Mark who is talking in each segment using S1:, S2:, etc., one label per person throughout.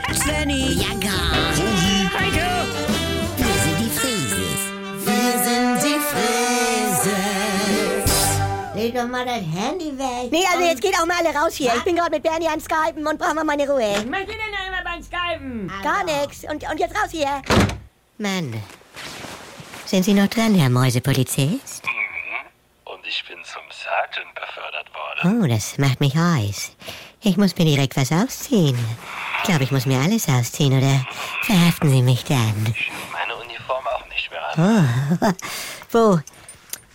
S1: Conny.
S2: Ja, gar.
S1: Heiko.
S2: Wir sind die Frieses. Wir sind die Frieses. Leg doch mal dein Handy weg.
S3: Nee, also jetzt geht auch mal alle raus hier. Ich bin gerade mit Bernie am Skypen und brauchen wir meine Ruhe.
S1: Ich möchte denn da immer beim Skypen.
S3: Gar nichts. Und, und jetzt raus hier.
S2: Mann. Sind Sie noch dran, Herr Mäusepolizist?
S4: Und ich bin zum Sergeant befördert worden.
S2: Oh, das macht mich heiß. Ich muss mir direkt was ausziehen. Ich glaube, ich muss mir alles ausziehen, oder verhaften Sie mich dann?
S4: Ich nehme meine Uniform auch nicht mehr an.
S2: Oh,
S3: Wo?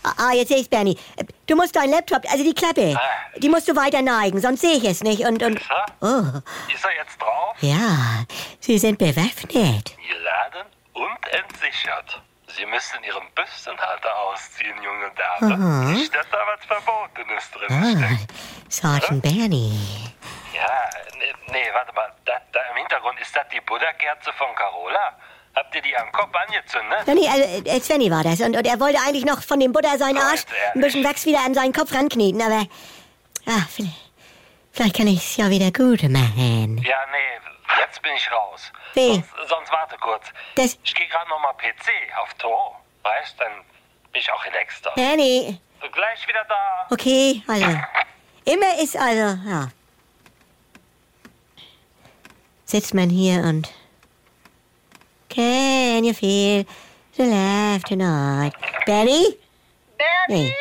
S3: Ah, ah, jetzt sehe ich's, Bernie. Du musst deinen Laptop, also die Klappe, die musst du weiter neigen, sonst sehe ich es nicht. Und, und,
S4: Ah, Ist er?
S2: oh,
S4: Ist er jetzt drauf?
S2: ja, Sie sind bewaffnet.
S4: Geladen und entsichert. Sie müssen Ihren Büstenhalter ausziehen, junge Dame. Nicht, dass da was Verbotenes drin
S2: Oh,
S4: steckt.
S2: Sergeant Bernie.
S4: Ja, nee, nee warte mal. Da, da im Hintergrund, ist das die Buddha-Kerze von Carola? Habt ihr die am Kopf angezündet?
S3: Ja, nee, also, äh, Svenny war das. Und, und er wollte eigentlich noch von dem Buddha seinen Arsch
S2: Oh,
S3: ein bisschen Wachs wieder an seinen Kopf rankneten, aber.
S2: Ah, vielleicht, vielleicht kann ich's ja wieder gut machen.
S4: Ja, nee, jetzt bin ich raus.
S3: Wie?
S4: Sonst, sonst warte kurz.
S3: Das-
S4: Ich gehe gerade nochmal PC auf Tor. Weißt, dann bin ich auch relaxter.
S3: Bernie,
S4: Gleich wieder da.
S3: okay, also. Immer ist also.
S2: Ja. Sitzt man hier und. Can you feel the love tonight?
S3: Bernie?
S2: Nee,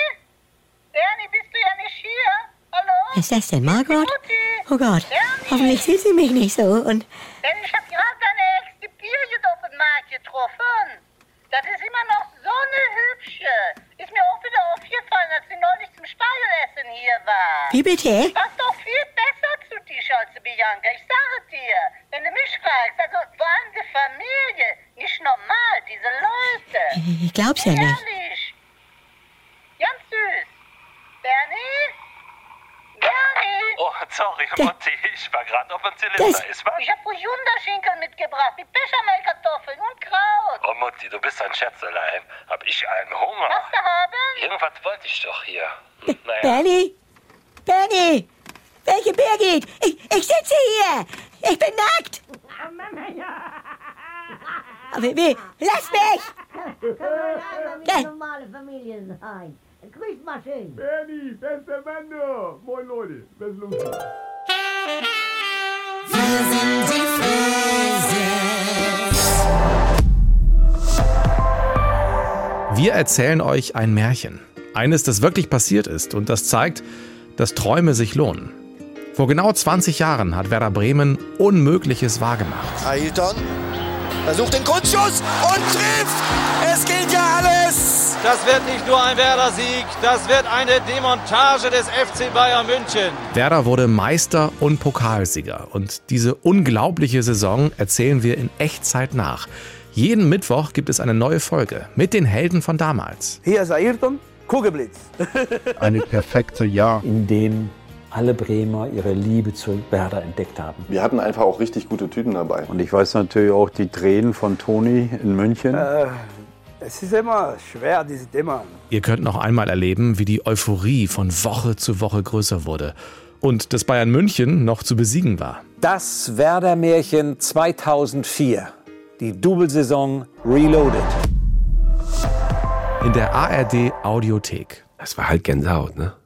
S5: Bernie, bist du ja nicht hier? Hallo?
S2: was ist das denn, Margot?
S5: Mutti?
S2: Oh Gott, hoffentlich sieht sie mich nicht so und.
S5: Denn ich hab gerade deine Ex, die Birgit, auf dem Markt getroffen. Das ist immer noch so eine hübsche. Ist mir auch wieder aufgefallen, als sie neulich zum Spargelessen hier war.
S2: Wie bitte?
S5: Passt doch viel besser zu dir als zu Bianca. Ich sage dir, wenn du mich fragst, also vor allem die Familie, nicht normal, diese Leute.
S2: Ich glaub's ja nicht.
S5: Ehrlich. Ganz süß. Bernie? Bernie?
S4: Oh, sorry, Mutti, ich war gerade auf dem Zylinder. Ist was?
S5: Ich hab Burgunderschinken mitgebracht mit Bechamelkartoffeln und Kraut.
S4: Oh, Mutti, du bist ein Schätzelein. Hab ich einen Hunger?
S5: Hast du haben?
S4: Irgendwas wollte ich doch hier. Hm, Naja,
S3: Bernie? Bernie? Welche Birgit? Ich, ich sitze hier! Ich bin nackt! Aber wie? Lass mich!
S2: Ja.
S3: normale Familie sein. Grüß mal schön.
S6: Bernie, bester Mann, du. Moin Leute, was ist los?
S7: Wir erzählen euch ein Märchen. Eines, das wirklich passiert ist und das zeigt, dass Träume sich lohnen. Vor genau 20 Jahren hat Werder Bremen Unmögliches wahrgemacht.
S8: Ailton versucht den Grundschuss und trifft. Es geht ja alles.
S9: Das wird nicht nur ein Werder-Sieg, das wird eine Demontage des FC Bayern München.
S7: Werder wurde Meister und Pokalsieger. Und diese unglaubliche Saison erzählen wir in Echtzeit nach. Jeden Mittwoch gibt es eine neue Folge mit den Helden von damals.
S8: Hier ist Ailton. Kugelblitz.
S6: Eine perfekte Jahr.
S10: in dem alle Bremer ihre Liebe zu Werder entdeckt haben.
S11: Wir hatten einfach auch richtig gute Typen dabei.
S10: Und ich weiß natürlich auch die Tränen von Toni in München.
S8: Es ist immer schwer, diese Thema.
S7: Ihr könnt noch einmal erleben, wie die Euphorie von Woche zu Woche größer wurde und dass Bayern München noch zu besiegen war.
S10: Das Werder-Märchen 2004. Die Doublesaison Reloaded.
S7: In der ARD Audiothek.
S9: Das war halt Gänsehaut, ne?